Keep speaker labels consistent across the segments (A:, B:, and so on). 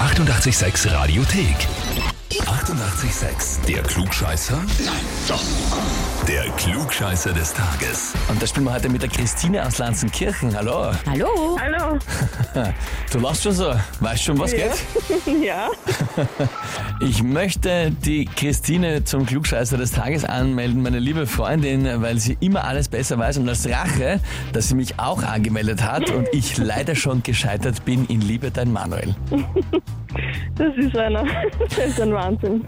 A: 886 Radiothek. 88,6. Der Klugscheißer? Nein, doch. Der Klugscheißer des Tages.
B: Und da spielen wir heute mit der Christine aus Lanzenkirchen. Hallo.
C: Hallo?
D: Hallo.
B: Du lachst schon so. Weißt schon, was geht?
D: Ja,
B: Ich möchte die Christine zum Klugscheißer des Tages anmelden, meine liebe Freundin, weil sie immer alles besser weiß und als Rache, dass sie mich auch angemeldet hat und ich leider schon gescheitert bin in Liebe dein Manuel.
D: das ist einer. Das ist ein Wahnsinn.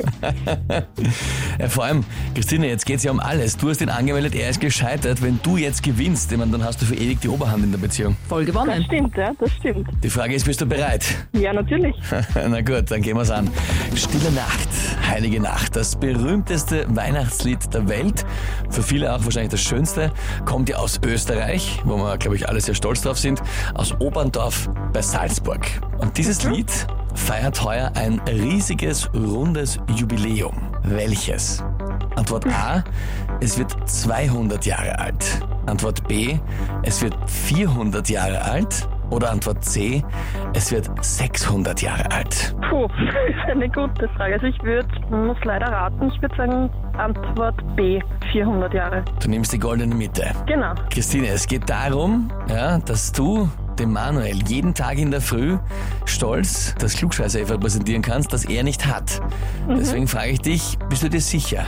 B: Ja, vor allem, Christine, jetzt geht's ja um alles. Du hast ihn angemeldet, er ist gescheitert. Wenn du jetzt gewinnst, ich meine, dann hast du für ewig die Oberhand in der Beziehung.
C: Voll
D: Das
C: gewonnen.
D: stimmt, ja, das stimmt.
B: Die Frage ist, bist du bereit?
D: Ja, natürlich.
B: Na gut, dann gehen wir's an. Stille Nacht, Heilige Nacht, das berühmteste Weihnachtslied der Welt, für viele auch wahrscheinlich das schönste, kommt ja aus Österreich, wo wir, glaube ich, alle sehr stolz drauf sind, aus Oberndorf bei Salzburg. Und dieses Lied feiert heuer ein riesiges, rundes Jubiläum. Welches? Antwort A, es wird 200 Jahre alt. Antwort B, es wird 400 Jahre alt. Oder Antwort C, es wird 600 Jahre alt.
D: Puh, das ist eine gute Frage. Also ich würde, muss leider raten, ich würde sagen Antwort B, 400 Jahre.
B: Du nimmst die goldene Mitte.
D: Genau.
B: Christine, es geht darum, ja, dass du dem Manuel jeden Tag in der Früh stolz das klugscheißer präsentieren kannst, das er nicht hat. Deswegen frage ich dich, bist du dir sicher?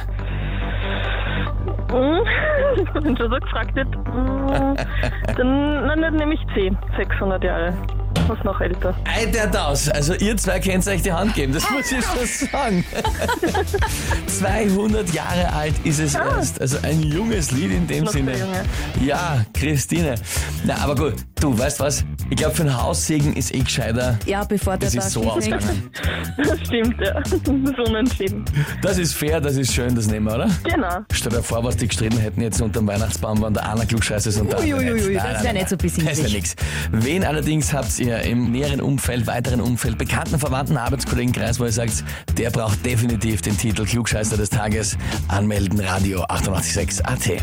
D: Hm, Wenn schon so gefragt wird, hm, dann, nein, dann nehme ich C, 600 Jahre. Was noch älter.
B: Ei, der Daus. Also ihr zwei könnt euch die Hand geben, das muss ich schon sagen. 200 Jahre alt ist es erst. Also ein junges Lied in dem
D: Noch sehr
B: Sinne. Ja, Christine. Na, aber gut, du weißt was? Ich glaube, für einen Haussegen ist eh gescheiter.
C: Ja, bevor der
B: Das
C: Tag
B: ist so
C: anfängt.
B: ausgegangen.
D: Das stimmt, ja. Das ist unentschieden.
B: Das ist fair, das ist schön, das nehmen wir, oder?
D: Genau.
B: Stell dir vor, was die gestritten hätten jetzt unter dem Weihnachtsbaum, wenn der einer klugscheiße ist und der andere
C: Uiuiui,
B: nicht. Nein,
C: das
B: nein,
C: wär
B: nein,
C: nicht so
B: nein. Das wär
C: besinnlich.
B: nix. Wen allerdings habt ihr im näheren Umfeld, weiteren Umfeld, bekannten, verwandten, Arbeitskollegenkreis, wo ihr sagt, der braucht definitiv den Titel Klugscheißer des Tages, anmelden Radio 886 AT.